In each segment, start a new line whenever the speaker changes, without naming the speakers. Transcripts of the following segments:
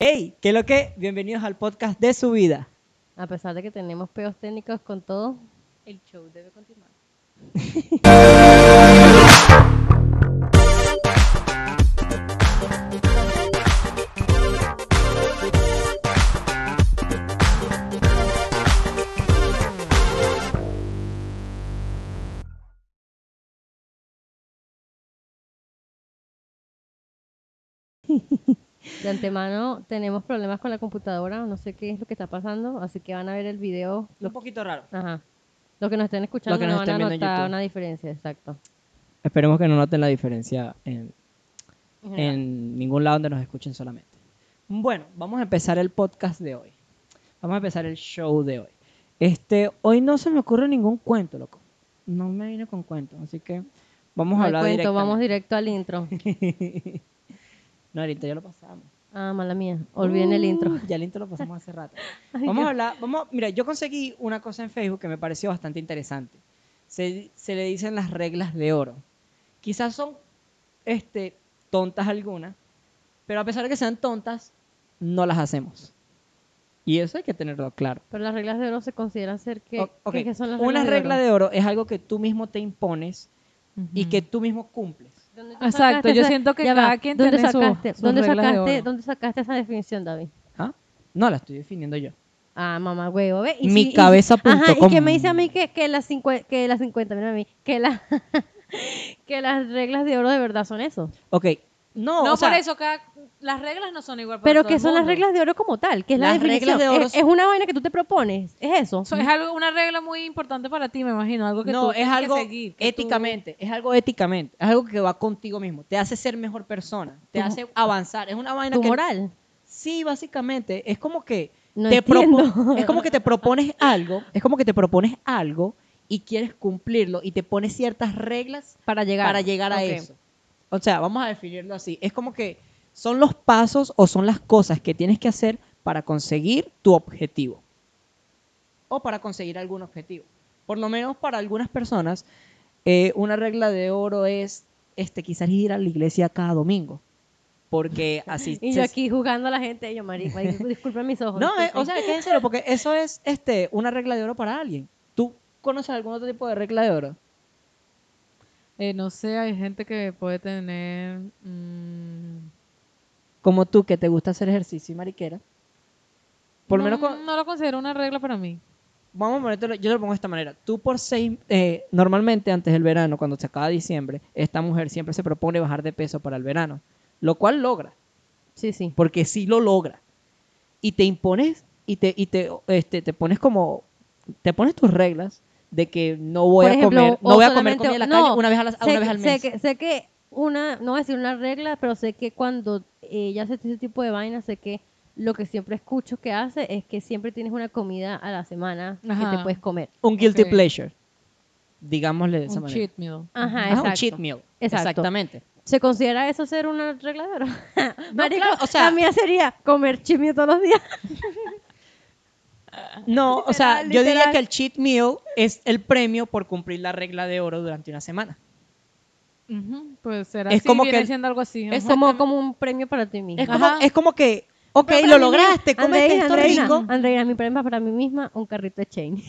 Hey, ¿qué lo que? Bienvenidos al podcast de su vida.
A pesar de que tenemos peos técnicos con todo, el show debe continuar. De antemano tenemos problemas con la computadora, no sé qué es lo que está pasando, así que van a ver el video.
Un poquito raro.
Ajá. Los que nos estén escuchando
Los que
no
nos
van
estén
a
viendo en
notar
YouTube.
una diferencia, exacto.
Esperemos que no noten la diferencia en,
En general.
en ningún lado donde nos escuchen solamente. Bueno, vamos a empezar el podcast de hoy. Vamos a empezar el show de hoy. Este, hoy no se me ocurre ningún cuento, loco. No me vine con cuentos, así que vamos a
Al
hablar
cuento, vamos
directamente.
directo al intro.
No, el intro ya lo pasamos.
Ah, mala mía, olviden el intro.
Uh, Ya el intro lo pasamos hace rato. Vamos a hablar, vamos, mira, yo conseguí una cosa en Facebook que me pareció bastante interesante. Se, se le dicen las reglas de oro. Quizás son este, tontas algunas, pero a pesar de que sean tontas, no las hacemos. Y eso hay que tenerlo claro.
Pero las reglas de oro se consideran ser que...
O- ok,
¿qué- qué son las
Una regla
oro?
de oro es algo que tú mismo te impones y
Ujú.
que tú mismo cumples.
¿Dónde tú
Exacto,
sacaste
yo
esa-
siento que
Ya
cada
va,
quien
¿dónde
tiene su-
sacaste,
sus
¿dónde,
reglas de
sacaste,
oro?
¿Dónde sacaste esa definición, David?
¿Ah? No, la estoy definiendo yo.
Ah, mamá, huevo, ve.
Mi
si-
cabeza punto
Ajá, y
com.
que me dice a mí que, que las 50, que las 50, mira a mí, que, la, que las reglas de oro de verdad son eso.
Ok. No,
No,
o sea,
por eso, cada- las reglas no son igual para
Pero
todo
que
el
son las
mundo.
reglas de oro como tal, que es la
Las reglas
definición.
de oro
es,
son-
es una vaina que tú te propones, es eso.
So, es algo, una regla muy importante para ti, me imagino. Algo que
no,
tú
es
tienes que
algo
seguir, que tú-
éticamente, es algo éticamente, es algo que va contigo mismo, te hace ser mejor persona, te
Tu-
hace avanzar, es una vaina
tu
que
moral.
sí, básicamente, es como que
No
te propo-
entiendo.
es como que te propones algo, es como que te propones algo y quieres cumplirlo y te pones ciertas reglas
Para llegar.
para llegar a
Ok.
eso. O sea, vamos a definirlo así, es como que son los pasos o son las cosas que tienes que hacer para conseguir tu objetivo o para conseguir algún objetivo. Por lo menos para algunas personas, eh, una regla de oro es este, quizás ir a la iglesia cada domingo. Porque así
Y yo aquí jugando a la gente, yo, marico, ay, disculpen mis ojos.
No, eh,
disculpen.
o sea, que en serio, porque eso es este, una regla de oro para alguien. ¿Tú conoces algún otro tipo de regla de oro?
Eh, no sé, hay gente que puede tener... mm,
Como tú, que te gusta hacer ejercicio y mariquera. Por lo
no,
menos, con-
no lo considero una regla para mí.
vamos a ponértelo, yo te lo pongo de esta manera. Tú por seis, eh, normalmente antes del verano, cuando se acaba diciembre, esta mujer siempre se propone bajar de peso para el verano, lo cual logra.
Sí, sí.
porque sí lo logra. Y te impones y te, y te, este, te pones como, te pones tus reglas de que no voy
Por ejemplo,
a comer,
o
no voy a comer
solamente-
comida en la
no,
calle una vez, a la-
sé,
una vez al
sé
mes.
que, sé que una, no voy a decir una regla, pero sé que cuando ella hace ese tipo de vainas, sé que lo que siempre escucho que hace es que siempre tienes una comida a la semana que te
Ajá.
puedes comer.
un guilty
Ok.
pleasure, digámosle de esa
un
manera.
cheat meal.
Ajá,
Ah,
exacto.
un cheat meal.
Exacto.
Exactamente.
¿Se considera eso ser una regla de oro? Marico,
claro, o sea-
la mía sería comer chimio todos los días.
No, o sea,
Literal,
yo diría
literal.
que el cheat meal es el premio por cumplir la regla de oro durante una semana.
Ujú, Puede ser
Es
así,
como
viene
que-
siendo algo así.
Es
ajá.
como, como un premio para ti mismo.
Es como,
Ajá.
es como que, ok,
Pero
lo
para mí misma,
lograste, comete
Andreina,
esto
Andreina,
rico.
Andreina, mi premio para mí misma, un carrito de chain.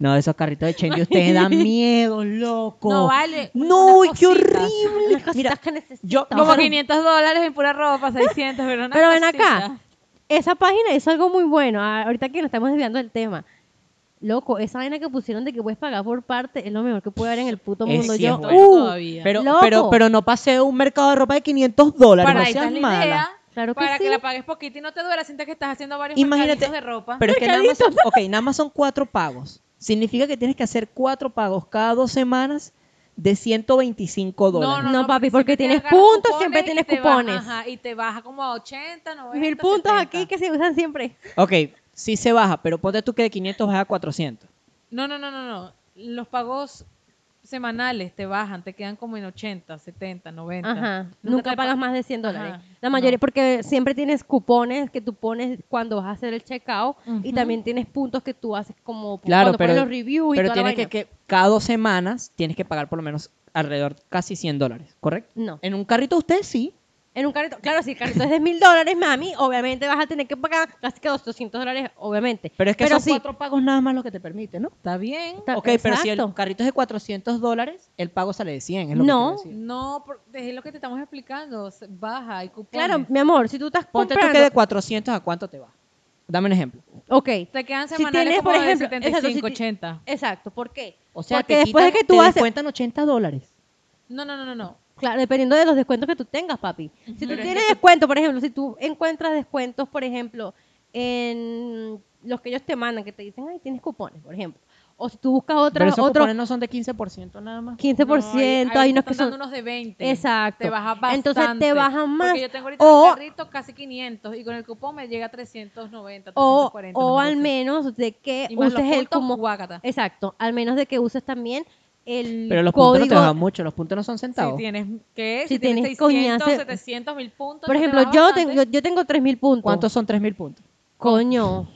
No, esos carritos de change ustedes dan miedo, loco.
No vale.
No,
unas
qué
cositas.
horrible.
Las cositas
Mira,
que necesito.
yo
Como
nosotros-
500 dólares en pura ropa, 600, pero una
Pero ven
cosita.
acá, esa página hizo algo muy bueno. Ah, Ahorita que nos estamos desviando del tema. Loco, esa vaina que pusieron de que puedes pagar por parte es lo mejor que puede haber en el puto
Es
mundo.
sí,
Yo,
es bueno
uh,
todavía.
pero,
loco.
pero, pero no pasé un mercado de ropa de 500 dólares.
para
no
ahí
seas
está la
mala.
idea,
Claro que
para
sí.
que la pagues poquito y no te duela, sientes que estás haciendo
Pues
varios
Imagínate.
mercaditos de ropa.
Pero es que nada más, son, ok, nada más son cuatro pagos. Significa que tienes que hacer cuatro pagos cada dos semanas de 125 dólares.
No, papi,
siempre
porque
te
tienes
agarras
puntos,
cupones
siempre
y
tienes
te baja,
cupones.
ajá, y te baja como a 80, 90,
uh, mil puntos
70.
aquí que se usan siempre.
Ok, sí se baja, pero ponte tú que de 500 baja a 400.
No, no, no, no, no. Los pagos semanales te bajan, te quedan como en 80, 70, 90.
Ajá.
te
Nunca
pa-
pagas más de 100
Ajá,
dólares. La mayoría,
no.
porque siempre tienes cupones que tú pones cuando vas a hacer el checkout y
Ujú.
también tienes puntos que tú haces como
Claro,
cuando
pero,
pones los reviews y
pero
toda la
tienes que,
vaina.
que cada dos semanas tienes que pagar por lo menos alrededor casi 100 dólares, ¿correcto?
No.
En un carrito ustedes sí.
En un carrito, claro, si el carrito es de mil dólares, mami, obviamente vas a tener que pagar casi que 200 dólares, obviamente.
Pero es que son
sí,
cuatro pagos nada más lo que te permite, ¿no?
Está bien.
Ta-
ok, pero si el
exacto.
carrito es de 400 dólares, el pago sale de 100, es lo que
No.
quiero decir.
No, por- es lo que te estamos explicando. se- Baja, hay cupones.
Claro, mi amor, si tú estás
Ponte tú
comprando...
que de 400 a cuánto te va. Dame un ejemplo.
Ok,
Te quedan
Si
semanales
tienes,
como
por
de
ejemplo, exacto,
75,
si ti-
80.
exacto, ¿por qué?
O sea,
Porque
te
después de
quitan-
que tú
te
haces...
descuentan 80 dólares.
No, no, no, no, no.
Claro, dependiendo de los descuentos que tú tengas, papi. Si tú
Pero es
tienes
que-
descuento, por ejemplo, si tú encuentras descuentos, por ejemplo, en los que ellos te mandan, que te dicen, ay, tienes cupones, por ejemplo. O si tú buscas
Pero
otras,
esos
otro
cupones no son de 15% nada más.
15%, Este hay,
ahí te
unos que son...
están dando unos de 20.
Exacto.
Te baja bastante.
Entonces te bajan más.
Porque yo tengo ahorita
O-
un carrito casi 500 y con el cupón me llega a 390,
O,
340.
o
no sé.
al menos de que
Y más los
uses el
puntos,
como...
guácata.
Exacto, al menos de que uses también el
Pero los puntos no te
código...
bajan mucho, los puntos no son
Si
centavos.
tienes, ¿qué?
Si
Si,
tienes
tienes 600,
coñazo-
700 mil puntos.
por
no te
ejemplo,
da
yo
bastante.
tengo, yo tengo 3.000 puntos.
¿Cuántos son 3.000 puntos?
Coño,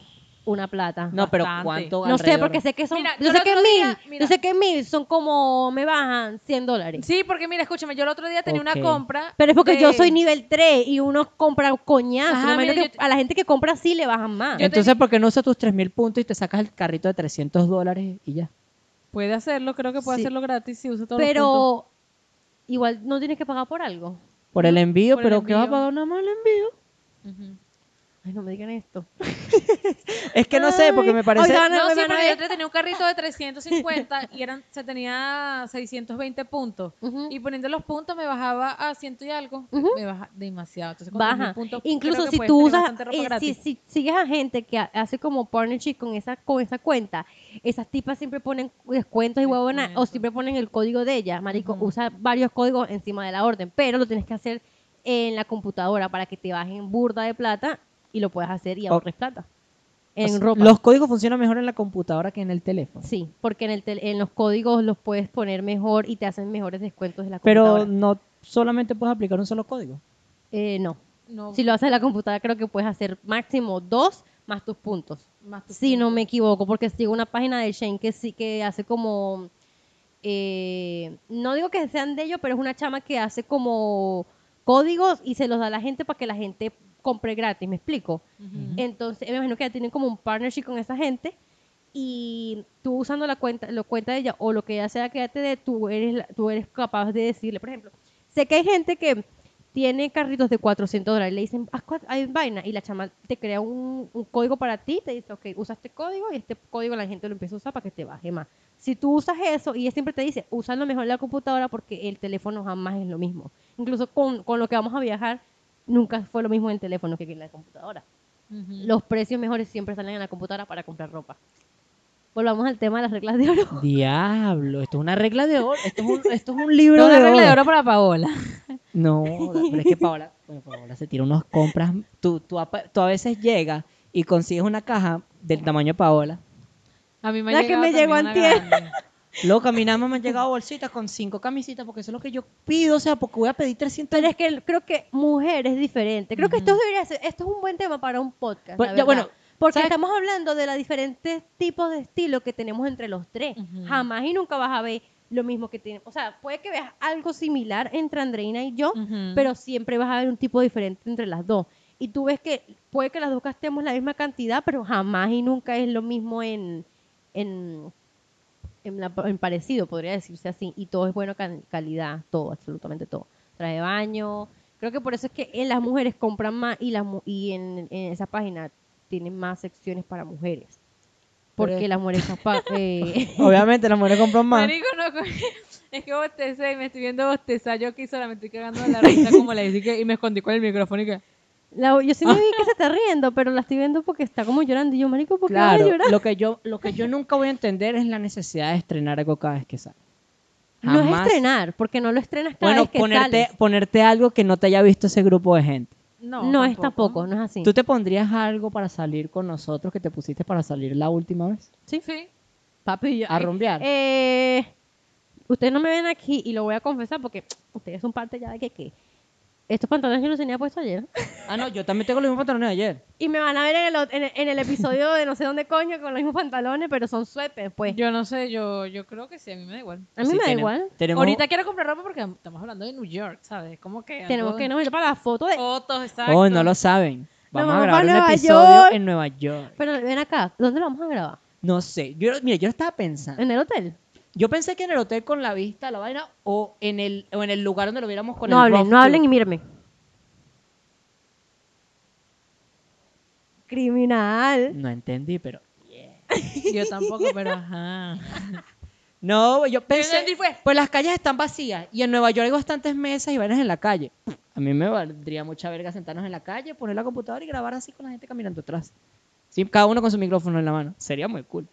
una plata.
No, pero
Bastante.
¿cuánto
No sé,
alrededor?
porque sé que son.
Mira,
yo
yo
sé
el
que
otro
mil.
día- mira.
Yo sé que mil son como. Me bajan 100 dólares.
Sí, porque mira, escúchame, yo el otro día tenía
Ok.
una compra.
Pero es porque
de-
yo soy nivel 3 y uno compra coñazo.
Ajá,
me imagino
mira,
que
yo te-
a la gente que compra así le bajan más.
Yo-
Entonces, ¿por qué no usas tus 3.000 puntos y te sacas el carrito de 300 dólares y ya?
Puede hacerlo, creo que puede
Sí.
hacerlo gratis si usa todo
pero igual no tienes que pagar por algo.
Por el envío,
Por el
pero ¿qué va a
envío.
pagar nada más el envío?
Ay, no me digan esto.
Es que no sé, porque
Ay,
me parece...
oigan,
No,
me
sí,
van a
porque yo
ver.
te tenía un carrito de 350 y eran, se tenía 620 puntos.
Ujú.
Y poniendo los puntos me bajaba a ciento y algo.
Ujú.
Me baja demasiado. Entonces, con 3.000
Baja.
puntos, creo
Incluso
que
si
puedes
tú
tener
usas,
bastante ropa
eh, si,
gratis.
si sigues a gente que ha- hace como partnership con esa, con esa cuenta, esas tipas siempre ponen descuentos y huevonas o
Descuentos.
siempre ponen el código de ella. Marico,
Ujú.
usa varios códigos encima de la orden, pero lo tienes que hacer en la computadora para que te bajen burda de plata y lo puedas hacer y
Oh.
ahorres plata. En
O sea,
ropa.
Los códigos funcionan mejor en la computadora que en el teléfono.
Sí, porque en, el tel- en los códigos los puedes poner mejor y te hacen mejores descuentos de la
Pero
computadora.
no solamente puedes aplicar un solo código.
Eh, no.
No,
Si lo haces en la computadora, creo que puedes hacer máximo dos más tus puntos.
más tus
Si no
puntos.
me equivoco, porque sigo una página de Shane que sí que hace como. eh, no digo que sean de ellos, pero es una chama que hace como códigos y se los da a la gente para que la gente compre gratis, ¿me explico? eh,
Ujú.
Entonces, me imagino que ya tienen como un partnership con esa gente y tú usando la cuenta, la cuenta de ella o lo que ella sea que ella te dé, tú eres, la- tú eres capaz de decirle, por ejemplo, sé que hay gente que tiene carritos de 400 dólares, le dicen, "Haz cua- hay vaina, y la chama te crea un, un código para ti, te dice, ok, usa este código y este código la gente lo empieza a usar para que te baje más. Si tú usas eso, y ella siempre te dice, usa lo mejor la computadora porque el teléfono jamás es lo mismo. Incluso con, con lo que vamos a viajar, nunca fue lo mismo en el teléfono que en la computadora
Ujú.
los precios mejores siempre salen en la computadora para comprar ropa. Volvamos al tema de las reglas de oro.
Diablo, esto es una regla de oro. Esto es un, esto es un libro
Toda
de
la regla de
oro.
oro para Paola.
No, pero es que Paola, bueno, Paola se tira unas compras. Tú, tú, apa- tú a veces llegas y consigues una caja del tamaño de Paola.
A mí me ha
La que me
llegado
llegó
también una
antier.
grande.
Loca, a mí nada más me han llegado bolsitas con cinco camisitas porque eso es lo que yo pido. O sea, porque voy a pedir 300
Pero es que el- creo que mujer es diferente. Creo que esto debería ser, esto es un buen tema para un podcast.
Pues,
la
ya,
verdad.
bueno,
porque
¿sabes?
estamos hablando de los diferentes tipos de estilo que tenemos entre los tres.
Ujú.
Jamás y nunca vas a ver lo mismo que tienen. O sea, puede que veas algo similar entre Andreina y yo,
Ujú.
pero siempre vas a ver un tipo diferente entre las dos. Y tú ves que puede que las dos gastemos la misma cantidad, pero jamás y nunca es lo mismo en, en, en, la- en parecido, podría decirse así. Y todo es bueno, can- calidad, todo, absolutamente todo. Traje de baño. Creo que por eso es que en las mujeres compran más y, las, mu- y en, en esa página tienen más secciones para mujeres. Porque
Pero-
las mujeres capaz... eh,
Obviamente, las mujeres compran más.
Marico, no, co- es que bostecé y me estoy viendo bostezar. Yo aquí sola me estoy cagando de la risa como le dije que- y me escondí con el micrófono y que...
la- yo sí me vi que se está riendo, pero la estoy viendo porque está como llorando. Y yo, marico, ¿por qué vas a
Claro,
llorar?
lo que, yo, lo que yo nunca voy a entender es la necesidad de estrenar algo cada vez que sale.
No es
Jamás.
estrenar, porque no lo estrenas cada
Bueno,
vez que
ponerte,
sales.
ponerte algo que no te haya visto ese grupo de gente.
No,
No, es tampoco, no es así.
¿Tú te pondrías algo para salir con nosotros que te pusiste para salir la última vez?
Sí, sí.
Papi, yo-
A rumbear.
Eh, ustedes no me ven aquí y lo voy a confesar porque ustedes son parte ya de que qué. estos pantalones yo los tenía puestos ayer.
Ah, no, yo también tengo los mismos pantalones de ayer.
Y me van a ver en el, ot- en el- en el episodio de no sé dónde coño con los mismos pantalones, pero son suéteres, pues.
Yo no sé, yo, yo creo que sí, a mí me da igual.
a mí
Sí,
me da
tenemos-
igual.
tenemos-
Ahorita quiero comprar ropa porque estamos hablando de New York, ¿sabes? Como que
Tenemos
algo-
que irnos ahorita para la foto de...
fotos, exacto.
Oh, no lo saben.
Nos
Vamos a
vamos
grabar
para
un
Nueva
episodio
York.
en Nueva York.
Pero ven acá, ¿dónde lo vamos a grabar?
No sé. Yo, mira, yo estaba pensando.
¿En el hotel?
Yo pensé que en el hotel con la vista, la vaina, o en el, o en el lugar donde lo viéramos con
No
el
hablen,
rough
no hablen y
tour.
mírenme. Criminal.
No entendí, pero.
Yo tampoco, pero ajá.
No, yo pensé.
entendí, fue.
Pues las calles están vacías y en Nueva York hay bastantes mesas y vainas en la calle. A mí me valdría mucha verga sentarnos en la calle, poner la computadora y grabar así con la gente caminando atrás. Sí, cada uno con su micrófono en la mano. Sería muy cool.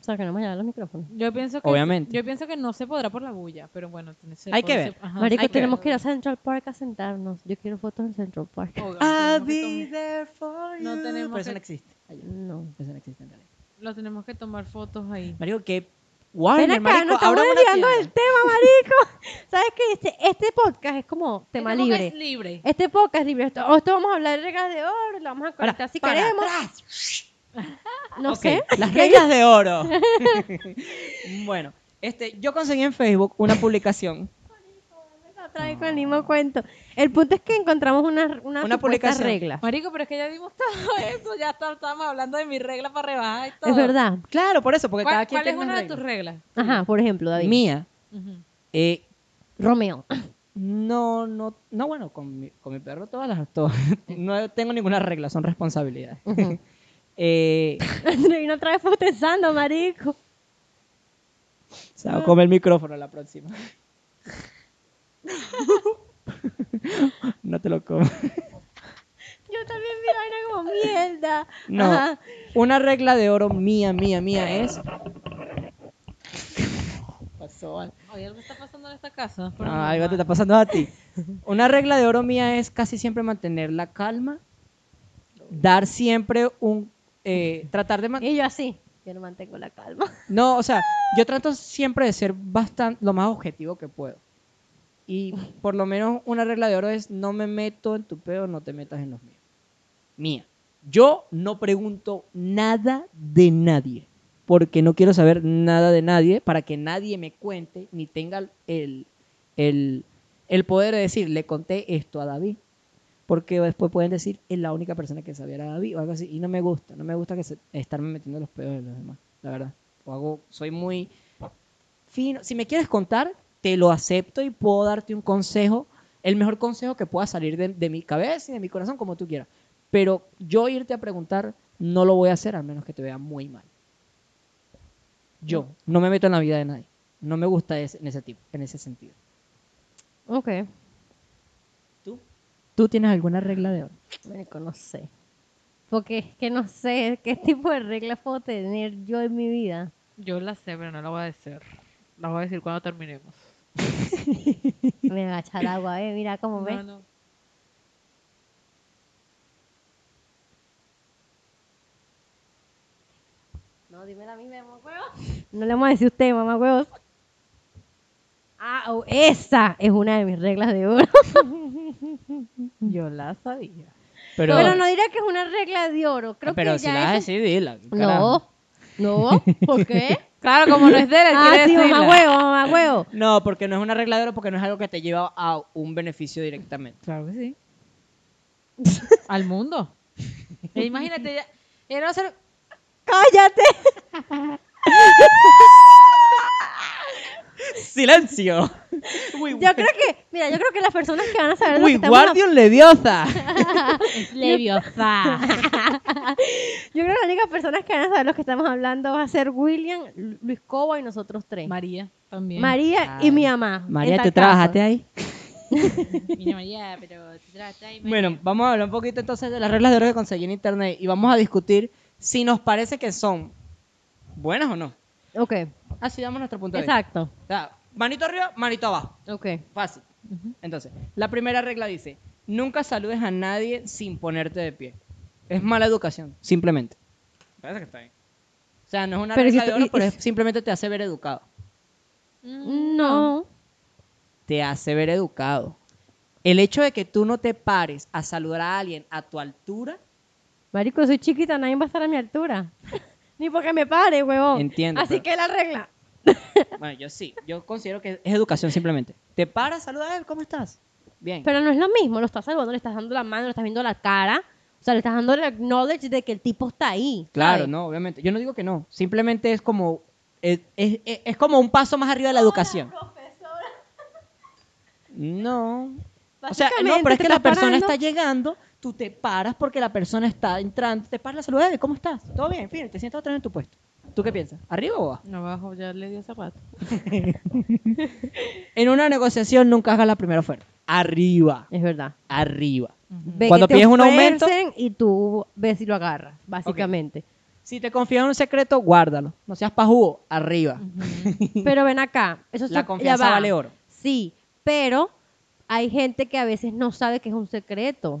O sea, que no me llevan los micrófonos.
Yo pienso que
Obviamente.
yo pienso que no se podrá por la bulla, pero bueno, tiene- se
Hay que
puede-
ver.
ajá,
Marico,
hay que
tenemos
ver.
que ir a Central Park a sentarnos. Yo quiero fotos en Central Park.
I'll
Obvio, tenemos que tomar-
be there for
No
you.
tenemos
Pero eso
que-
no existe. Ay,
No.
Eso no existe en realidad.
Lo tenemos que tomar fotos ahí.
Marico, que
Ven
Warner,
acá,
marico,
nos estamos
abran una
desviando
tienda.
del tema, marico. ¿Sabes qué? Este, este podcast es como tema
Este podcast
libre.
es libre.
Este podcast es libre. Esto, o esto vamos a hablar de reglas de oro, lo vamos a
Ahora,
conectar si
para
queremos.
atrás.
No
Ok,
sé.
Las
¿Qué
reglas de oro. bueno, este, yo conseguí en Facebook una publicación.
yo traigo con el mismo cuento? El punto es que encontramos una, una,
Una publicación.
regla.
Marico, pero es que ya dimos todo eso, ya está- estábamos hablando de mi regla para rebajar y todo.
Es verdad.
Claro, por eso, porque cada quien
¿Cuál, cuál es
tiene
una
unas
de tus
reglas.
reglas?
Ajá, por ejemplo, David.
Mía,
Ujú.
eh,
Romeo.
No, no, no, bueno, con mi, con mi perro todas las todas. No tengo ninguna regla, son responsabilidades.
Ujú.
Eh,
y no otra vez bostezando, marico.
se
Ah.
va a comer el micrófono la próxima. No te lo como.
Yo también vi vaina como mierda.
No.
Ajá.
Una regla de oro mía, mía, mía es. Pasó algo.
Oye, algo está pasando en esta casa. por
No,
mi
algo te
mamá.
está pasando a ti. Una regla de oro mía es casi siempre mantener la calma, dar siempre un. eh, tratar de mantener.
Y yo así. Yo no mantengo la calma.
No, o sea, yo trato siempre de ser bastante lo más objetivo que puedo. Y por lo menos una regla de oro es no me meto en tu peo, no te metas en los míos. Mía. Yo no pregunto nada de nadie, porque no quiero saber nada de nadie para que nadie me cuente ni tenga el, el, el poder de decir, le conté esto a David, porque después pueden decir, es la única persona que sabía era David o algo así, y no me gusta, no me gusta que se- estarme metiendo los pedos de los demás, la verdad. O hago, soy muy fino. Si me quieres contar, te lo acepto y puedo darte un consejo, el mejor consejo que pueda salir de, de mi cabeza y de mi corazón, como tú quieras. Pero yo irte a preguntar, no lo voy a hacer, al menos que te vea muy mal. Yo no me meto en la vida de nadie. No me gusta ese- en, ese tipo, en ese sentido.
Ok.
¿Tú? ¿Tú tienes alguna regla de oro?
Marico, no sé. Porque es que no sé qué tipo de reglas puedo tener yo en mi vida.
Yo la sé, pero no la voy a decir. La voy a decir cuando terminemos.
Me va a echar agua, eh. Mira cómo ves.
No, no.
No, dímela a mí, mamá huevos. No le vamos a decir a usted, mamá huevos. Ah, oh, esa es una de mis reglas de oro.
Yo la sabía.
Pero,
Pero, no diré que es una regla de oro. Creo
Ah, pero
que
si
ya
la vas a
eso-
decir, dila.
No,
carajo.
no, ¿por qué?
Claro, como no es de él, él
ah,
quiere
sí,
decirla.
mamá huevo, mamá huevo.
No, porque no es una regla de oro, porque no es algo que te lleva a un beneficio directamente.
Claro que sí. Al mundo. E imagínate, ya, era hacer-
¡Cállate!
¡Silencio! Uy,
Yo creo que, mira, yo creo que las personas que van a saber de lo que
uy,
estamos hab-
Guardian Leviosa.
Yo creo que las únicas personas que van a saber lo que estamos hablando va a ser William, Lu- Luis Coba y nosotros tres.
María también.
María y
Ay.
mi mamá. en
María,
tal
¿tú
caso.
trabajaste ahí?
Mira, María, pero te trata y me-
Bueno, vamos a hablar un poquito entonces de las reglas de oro que conseguí en internet y vamos a discutir si nos parece que son buenas o no.
Ok,
Así damos nuestro punto de vista.
exacto.
O sea, manito arriba, manito abajo.
Ok.
Fácil. Entonces, la primera regla dice, nunca saludes a nadie sin ponerte de pie. Es mala educación, simplemente. Parece que está bien. O sea, no es una
Pero
regla
si
de
tú-
oro,
y-
pero
y-
es- simplemente te hace ver educado.
Mm,
No.
Te hace ver educado. El hecho de que tú no te pares a saludar a alguien a tu altura,
Marico, soy chiquita, nadie va a estar a mi altura. Ni porque me pare, huevón.
Entiendo,
Así
pero-
que la regla.
bueno, yo sí, yo considero que es educación simplemente. Te paras, saluda a él, ¿cómo estás? Bien.
Pero no es lo mismo, lo estás saludando, le estás dando la mano, le estás viendo la cara. O sea, le estás dando el knowledge de que el tipo está ahí.
Claro,
¿sabes?
no, obviamente. Yo no digo que no. Simplemente es como es, es- es- es como un paso más arriba de la educación. No. O sea, no,
Básicamente
pero es
te
que la
estás
persona
parando.
está llegando, tú te paras porque la persona está entrando, te paras, la saludas, "Ey, ¿cómo estás? Todo bien, fíjate, te sientas otra vez en tu puesto. ¿Tú qué piensas? ¿Arriba o abajo?
Abajo, ya le di hace rato.
En una negociación nunca hagas la primera oferta. Arriba,
Es verdad.
arriba.
Ve
Cuando
que te
pides un aumento-
ofrecen Y tú ves si lo agarras, básicamente.
Si te confían en un secreto, guárdalo. No seas pajugo, arriba.
Pero ven acá. Eso
La
se- ya
confianza
va.
vale oro.
Sí, pero hay gente que a veces no sabe que es un secreto.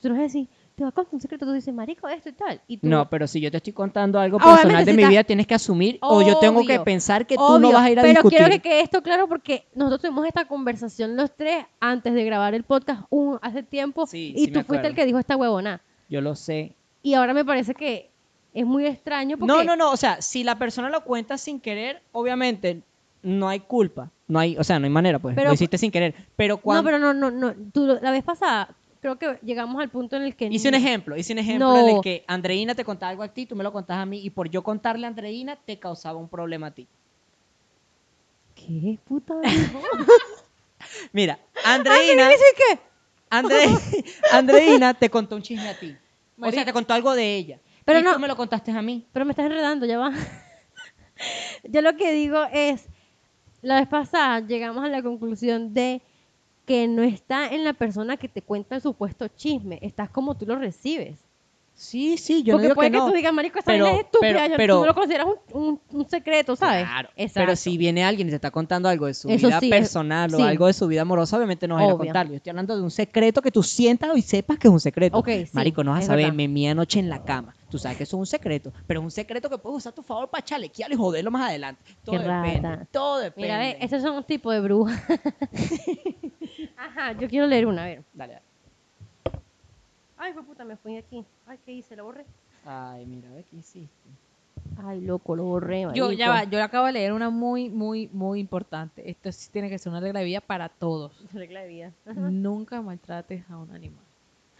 Tú no vas a decir, te vas a contar un secreto, tú dices, marico, esto y tal. Y tú,
No, pero si yo te estoy contando algo
Ah, Obviamente,
personal de
si
mi
estás-
vida, tienes que asumir o yo tengo que
Obvio,
pensar que tú no
obvio,
vas a ir a
pero
discutir.
quiero que quede esto claro porque nosotros tuvimos esta conversación los tres antes de grabar el podcast un, hace tiempo
Sí, sí me
y tú fuiste
acuerdo.
el que dijo esta huevona.
Yo lo sé.
Y ahora me parece que es muy extraño porque...
No, no, no. O sea, si la persona lo cuenta sin querer, obviamente no hay culpa. No hay, o sea, no hay manera, pues.
Pero-
lo hiciste sin querer. Pero
No,
cuando.
pero no, no, no. Tú, lo- la vez pasada creo que llegamos al punto en el que...
Hice un ejemplo, hice un ejemplo
No.
en el que Andreina te contaba algo a ti, tú me lo contabas a mí, y por yo contarle a Andreina te causaba un problema a ti.
¿Qué puta? dijo?
Mira, Andreina.
Ah, qué?
Andre- Andreina te contó un chisme a ti. O sea,
Marica.
te contó algo de ella.
Pero
y
no-
tú me lo contaste a mí.
Pero me estás enredando, ya va. Yo lo que digo es, la vez pasada llegamos a la conclusión de que no está en la persona que te cuenta el supuesto chisme, estás como tú lo recibes.
Sí, sí, yo no
Porque
digo
puede
que,
que,
no.
tú digas, marico, esta
Pero-
vaina es estúpida,
pero-
yo-
pero-
tú no lo consideras un, un- un secreto, ¿sabes?
Claro,
Exacto.
pero si viene alguien y te está contando algo de su
Eso
vida
sí, es-
personal
sí.
o algo de su vida amorosa, obviamente no vas a ir a
Obvio.
contarlo. Yo estoy hablando de un secreto que tú sientas y sepas que es un secreto.
Ok, sí,
Marico, no vas a
es
saber,
verdad.
me mía anoche en la cama. Tú sabes que eso es un secreto, pero es un secreto que puedes usar a tu favor para chalequearlo y joderlo más adelante. Todo
Qué
depende,
rata.
todo depende.
Mira, ve, esos son un tipo de brujas. Ajá, yo quiero leer una, a ver.
Dale, dale.
Ay, fue puta, me fui de aquí. Ay, ¿qué hice? ¿Lo borré?
Ay, mira, ve qué hiciste.
Ay, loco, lo borré, marico.
Yo, ya va, yo acabo de leer una muy, muy, muy importante. Esto sí tiene que ser una regla de vida para todos.
Regla de vida.
Nunca maltrates a un animal.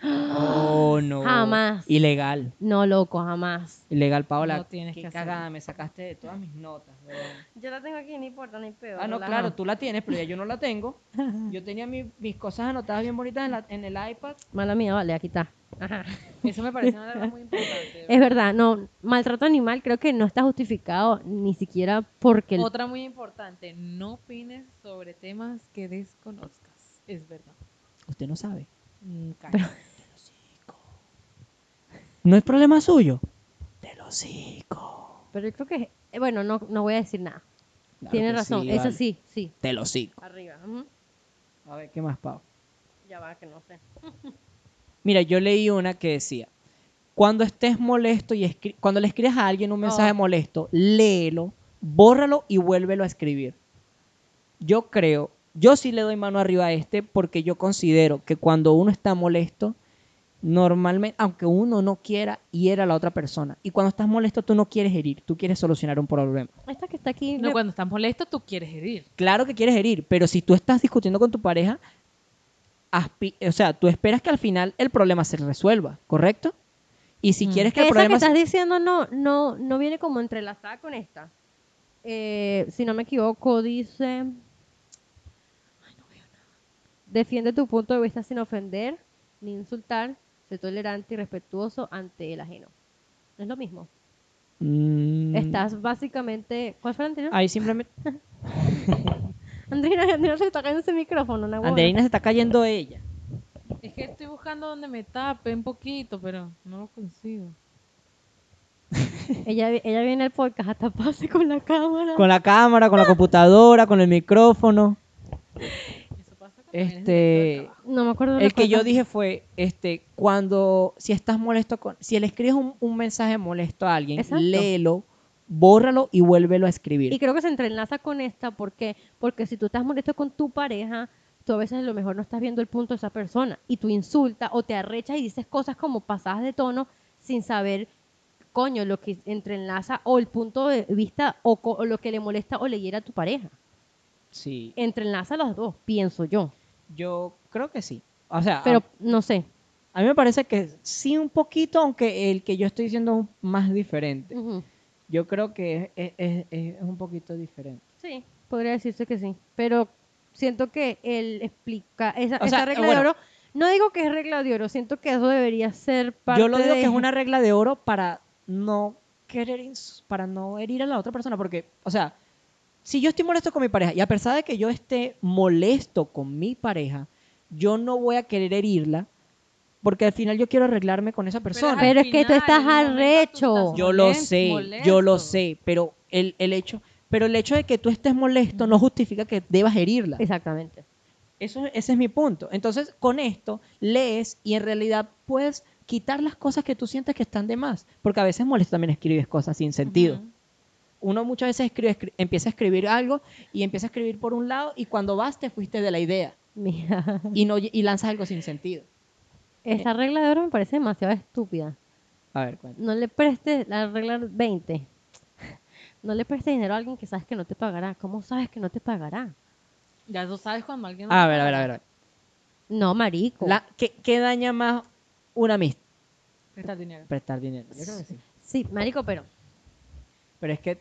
Oh, no.
Ah, Jamás.
Ilegal.
No, loco, jamás.
Ilegal, Paola.
No tienes
qué
que hacerlo.
cagada, me sacaste de todas mis notas. weón.
Yo la tengo aquí, no importa, no hay peor.
Ah, no, claro, tú la tienes, pero ya yo no la tengo. Yo tenía mi- mis cosas anotadas bien bonitas en, la- en el iPad.
Mala mía, vale, aquí está. Ajá.
Eso me parece una regla muy importante.
Es verdad, no, maltrato animal creo que no está justificado ni siquiera porque... el-
Otra muy importante, no opines sobre temas que desconozcas. Es verdad.
Usted no sabe.
Mm, cállate.
No es problema suyo. Te lo cico.
Pero yo creo que, eh, bueno, no, no voy a decir nada.
Claro
Tienes
que
razón,
sí,
eso
vale.
sí, sí.
Te lo cico.
Arriba,
A ver, ¿qué más, Pau?
ya va, que no sé.
Mira, yo leí una que decía, cuando estés molesto y escri- cuando le escribes a alguien un mensaje
Oh.
molesto, léelo, bórralo y vuélvelo a escribir. Yo creo, yo sí le doy mano arriba a este porque yo considero que cuando uno está molesto, normalmente, aunque uno no quiera, hiera a la otra persona. Y cuando estás molesto, tú no quieres herir, tú quieres solucionar un problema.
Esta que está aquí...
No,
me-
cuando estás molesto, tú quieres herir.
Claro que quieres herir, pero si tú estás discutiendo con tu pareja, aspi- o sea, tú esperas que al final el problema se resuelva, ¿correcto? Y si
Mm.
quieres que el
Esa que
problema se-
estás diciendo no, no, no viene como entrelazada con esta. Eh, si no me equivoco, dice. Ay, no veo nada. Defiende tu punto de vista sin ofender ni insultar. Sé tolerante y respetuoso ante el ajeno. No es lo mismo.
Mm,
Estás básicamente. ¿Cuál fue el anterior?
Ahí simplemente
Andreina, Andreina se está cayendo ese micrófono. Una huevona.
Andreina se está cayendo de ella.
Es que estoy buscando donde me tape un poquito, pero no lo consigo.
Ella, vi- ella viene al podcast a taparse con la cámara.
Con la cámara, con la computadora, con el micrófono.
Eso pasa cuando vienes directo de
Este,
trabajo.
No me acuerdo. de
el
la
que yo
cosa.
dije fue, este, cuando si estás molesto con, si le escribes un, un mensaje molesto a alguien,
Exacto.
léelo, bórralo y vuélvelo a escribir.
Y creo que se entrelaza con esta porque porque si tú estás molesto con tu pareja, tú tú a veces a lo mejor no estás viendo el punto de esa persona y tú insultas o te arrechas y dices cosas como pasadas de tono sin saber, coño, lo que entrelaza o el punto de vista o, co- o lo que le molesta o le hiera a tu pareja.
Sí,
Entrelaza las dos, pienso yo.
yo creo que sí. O sea,
Pero no sé.
a, a mí me parece que sí un poquito, aunque el que yo estoy diciendo es un- más diferente.
Ujú.
Yo creo que es, es- es- es un poquito diferente.
Sí, podría decirse que sí. Pero siento que el explica esa,
O
esa
sea,
regla
bueno.
de oro. No digo que es regla de oro, siento que eso debería ser parte
yo lo digo
de-
que es una regla de oro para no querer ins- para no herir a la otra persona, porque, o sea, si yo estoy molesto con mi pareja y a pesar de que yo esté molesto con mi pareja, yo no voy a querer herirla, porque al final yo quiero arreglarlarme con esa persona.
Pero es que tú estás arrecho.
Yo lo sé, yo lo sé, pero el, el hecho, pero el hecho de que tú estés molesto no justifica que debas herirla.
Exactamente.
Eso, ese es mi punto. Entonces, con esto lees y en realidad puedes quitar las cosas que tú sientes que están de más, porque a veces molesta también escribes cosas sin sentido. Uno muchas veces escribe, escri- empieza a escribir algo y empieza a escribir por un lado y cuando vas te fuiste de la idea
Mira,
y no y lanzas algo sin sentido.
esa regla de oro me parece demasiado estúpida.
A ver, cuéntame.
No le prestes la regla 20. No le prestes dinero a alguien que sabes que no te pagará. ¿Cómo sabes que no te pagará?
Ya tú sabes cuando alguien... no
A
te
ver, a ver,
paga.
a ver. a ver.
No, marico.
La- ¿qué, qué daña más una amistad?
Presta el dinero.
Prestar dinero. Yo creo que sí.
Sí, marico, pero
Pero es que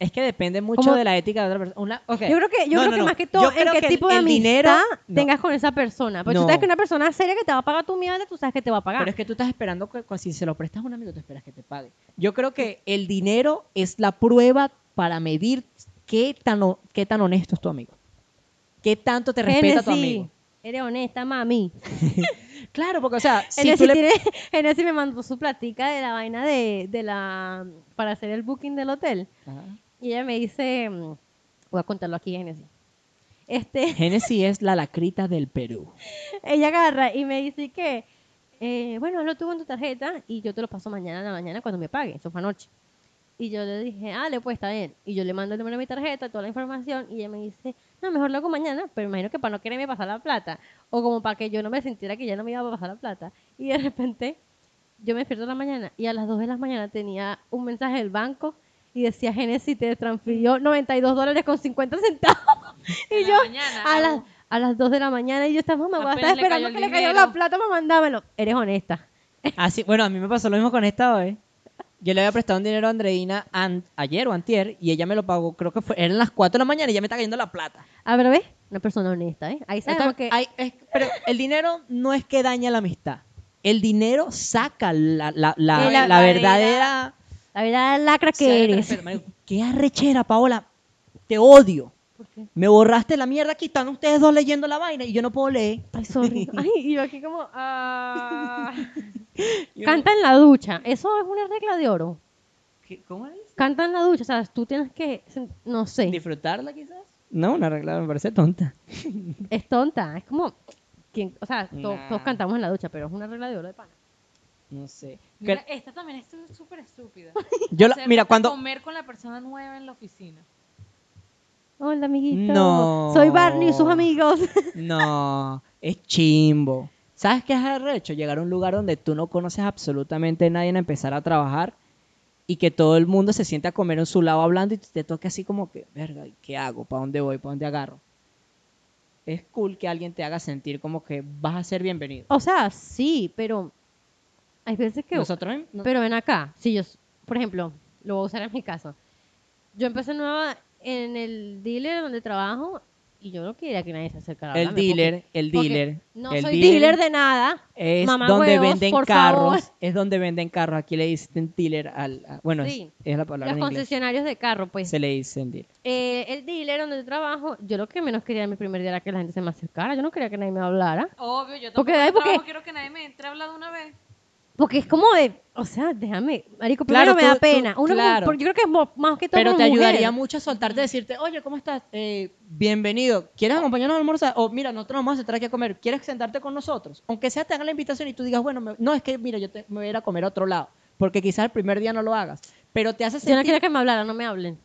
es que depende mucho
¿Cómo?
de la ética de otra persona. Una- ok.
Yo creo que, yo
No,
creo
no,
que
no.
más que todo
Yo
en
creo
qué
que el-
tipo de
el
amistad
dinero- no.
tengas con esa persona. Porque
No.
tú sabes que una persona seria que te va a pagar tu mierda, tú sabes que te va a pagar.
Pero es que tú estás esperando que, que si se lo prestas a un amigo, tú esperas que te pague. Yo creo que el dinero es la prueba para medir qué tan, o- qué tan honesto es tu amigo. Qué tanto te respeta tu
Genesis,
amigo.
Eres honesta, mami.
Claro, porque, o sea, si
Genesis,
tú le-
tiene- Genesis me mandó su platica de la vaina de, de la para hacer el booking del hotel.
Ajá.
Y ella me dice, mm, voy a contarlo aquí, Genesis. Este,
Genesis es la lacrita del Perú.
ella agarra y me dice que, eh, bueno, hazlo tú con tu tarjeta y yo te lo paso mañana en la mañana cuando me pague. Eso fue anoche. Y yo le dije, ah, le pues está bien. Y yo le mando el número de mi tarjeta, toda la información, y ella me dice, no, mejor lo hago mañana, pero imagino que para no quererme pasar la plata, o como para que yo no me sintiera que ya no me iba a pasar la plata. Y de repente, yo me despierto en la mañana, y a las 2 de la mañana tenía un mensaje del banco, y decía, Genesis te transfirió 92 dólares con 50 centavos. y
En la
yo,
mañana,
a
ah,
las, a las 2 de la mañana, y yo estaba, mamá, voy a
Apenas
estar
le cayó
esperando
el
que le cayera
dinero".
la plata para mandármelo. Eres honesta.
Así, bueno, a mí me pasó lo mismo con esta hoy. Yo le había prestado un dinero a Andreina an- ayer o antier y ella me lo pagó, creo que fue, eran las 4 de la mañana y ya me está cayendo la plata.
A ver, ¿ves? Ah, Una persona honesta, ¿eh? Ahí
Está-
sabemos que...
hay- es- pero el dinero no es que daña la amistad. El dinero saca la, la- la-
Eh, la
la verdadera...
verdadera-
La verdad, lacra
Sí, hay
que
otra-
eres.
pero, marico, Qué arrechera, Paola. Te odio.
¿Por qué?
Me borraste la mierda aquí. Están ustedes dos leyendo la vaina y yo no puedo leer.
Ay, sorry. Ay, y yo aquí como... ah.
Yo-
Canta en la ducha. Eso es una regla de oro.
¿Qué- ¿Cómo es?
Canta en la ducha. O sea, tú tienes que... sen- No sé.
¿Disfrutarla quizás? No, una regla me parece tonta.
Es tonta. Es como... ¿quién- O sea, to-
Nah.
todos cantamos en la ducha, pero es una regla de oro de pana.
No sé.
Mira,
Que-
esta también es su- súper estúpida.
yo la-
Se
mira,
mete a
cuando...
Comer con la persona nueva en la oficina.
Hola, amiguito.
No.
Soy Barney y sus amigos.
No, es chimbo. ¿Sabes qué es arrecho? Llegar a un lugar donde tú no conoces absolutamente a nadie en empezar a trabajar y que todo el mundo se siente a comer en su lado hablando y te toque así como que, verga, ¿y ¿qué hago? ¿Para dónde voy? ¿Para dónde agarro? Es cool que alguien te haga sentir como que vas a ser bienvenido.
O sea, sí, pero... Hay veces que...
Nosotros, no-
Pero ven acá, si yo, s- por ejemplo, lo voy a usar en mi caso. Yo empecé nueva en el dealer donde trabajo y yo no quería que nadie se acercara. a
el
hablarme,
dealer, el
porque- porque
dealer,
No
el
soy dealer, de nada.
es
Mamá
donde
huevos,
venden
por
carros,
favor.
es donde venden carros. Aquí le dicen dealer al, a- bueno, es-
Sí,
es, la palabra
Los
en inglés.
concesionarios de carro, pues.
Se le dicen dealer.
Eh, el dealer donde yo trabajo, yo lo que menos quería en mi primer día era que la gente se me acercara. Yo no quería que nadie me hablara.
Obvio, yo tampoco
Porque,
en el
ay, porque-
trabajo quiero que nadie me entre a hablar de una vez.
Porque es como de, o sea, déjame, marico,
Claro,
primero me
tú-
da
tú-
pena. Uno como-
claro.
porque yo creo que es mo- más que todo
Pero
como
te
mujer.
ayudaría mucho a soltarte, decirte, oye, ¿cómo estás? Eh, bienvenido. ¿Quieres acompañarnos a almorzar? O mira, nosotros nos vamos a sentar aquí a comer. ¿Quieres sentarte con nosotros? Aunque sea te hagan la invitación y tú digas, bueno, me- no, es que mira, yo te- me voy a ir a comer a otro lado. Porque quizás el primer día no lo hagas. Pero te hace
Yo no
sentir,
quería que me hablaran, no me hablen.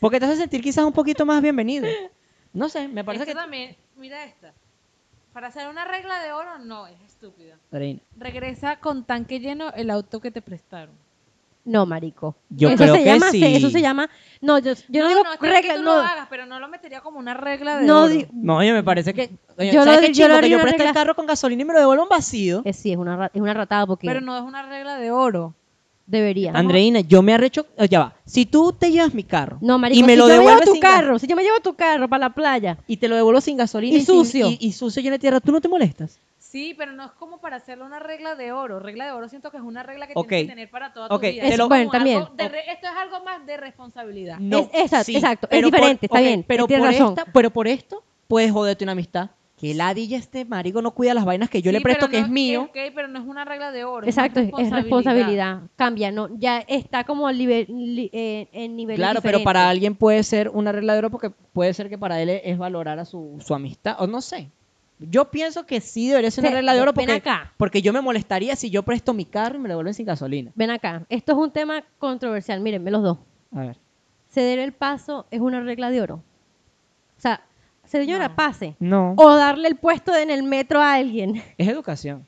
porque te hace sentir quizás un poquito más bienvenido. No sé, me parece
Esto
que...
también, mira esta. Para hacer una regla de oro, no, es estúpida.
Adriana,
Regresa con tanque lleno el auto que te prestaron.
No, marico.
Yo
eso
creo
se
que
llama,
sí.
Eso se llama. No, yo, yo no, digo
está bien
regla,
que tú
no.
lo hagas, pero no lo metería como una regla de
no
oro.
di-
No, oye, me parece que... Oye,
Yo
¿Sabes
lo-
qué
yo
chido?
lo
que yo
haría
presto el
regla-
carro con gasolina y me lo devuelvan vacío.
Eh, sí, es una, ra- es una ratada porque
Pero no es una regla de oro.
debería.
Andreina, yo me arrecho... eh, Ya va. Si tú te llevas mi carro
No, marico,
y me
si
lo
yo me llevo
devuelves
tu
sin gas-
carro, si yo me llevo tu carro para la playa,
y te lo devuelvo sin gasolina
Y
sin-
sucio.
y, y sucio lleno de tierra, ¿tú no te molestas?
Sí, pero no es como para hacerle una regla de oro. Regla de oro siento que es una regla que
Ok.
tienes que tener para toda
Ok,
tu vida.
te
Es
lo-
como
Bueno, también.
algo de re- esto es algo más de responsabilidad.
No.
Es- exacto, exacto, es
pero
diferente, está
ok,
bien,
Pero por,
tienes razón.
Esta, pero por esto puedes joderte una amistad. Que ladilla este marico no cuida las vainas que yo le
Sí,
presto
pero
que
no-
es mío.
Ok, pero no es una regla de oro.
exacto, es,
es,
es
una
responsabilidad. Cambia, no, ya está como libe- li- eh, en nivel
Claro, pero para alguien puede ser una regla de oro porque puede ser que para él es valorar a su, su amistad, o no sé. Yo pienso que sí debería ser una
Ve-
regla de oro
ven
porque,
acá.
porque yo me molestaría si yo presto mi carro y me lo devuelven sin gasolina.
Ven acá, esto es un tema controversial, mírenme los dos.
A ver.
Ceder el paso es una regla de oro. O sea, señora,
No.
pase.
No.
O darle el puesto en el metro a alguien.
Es educación.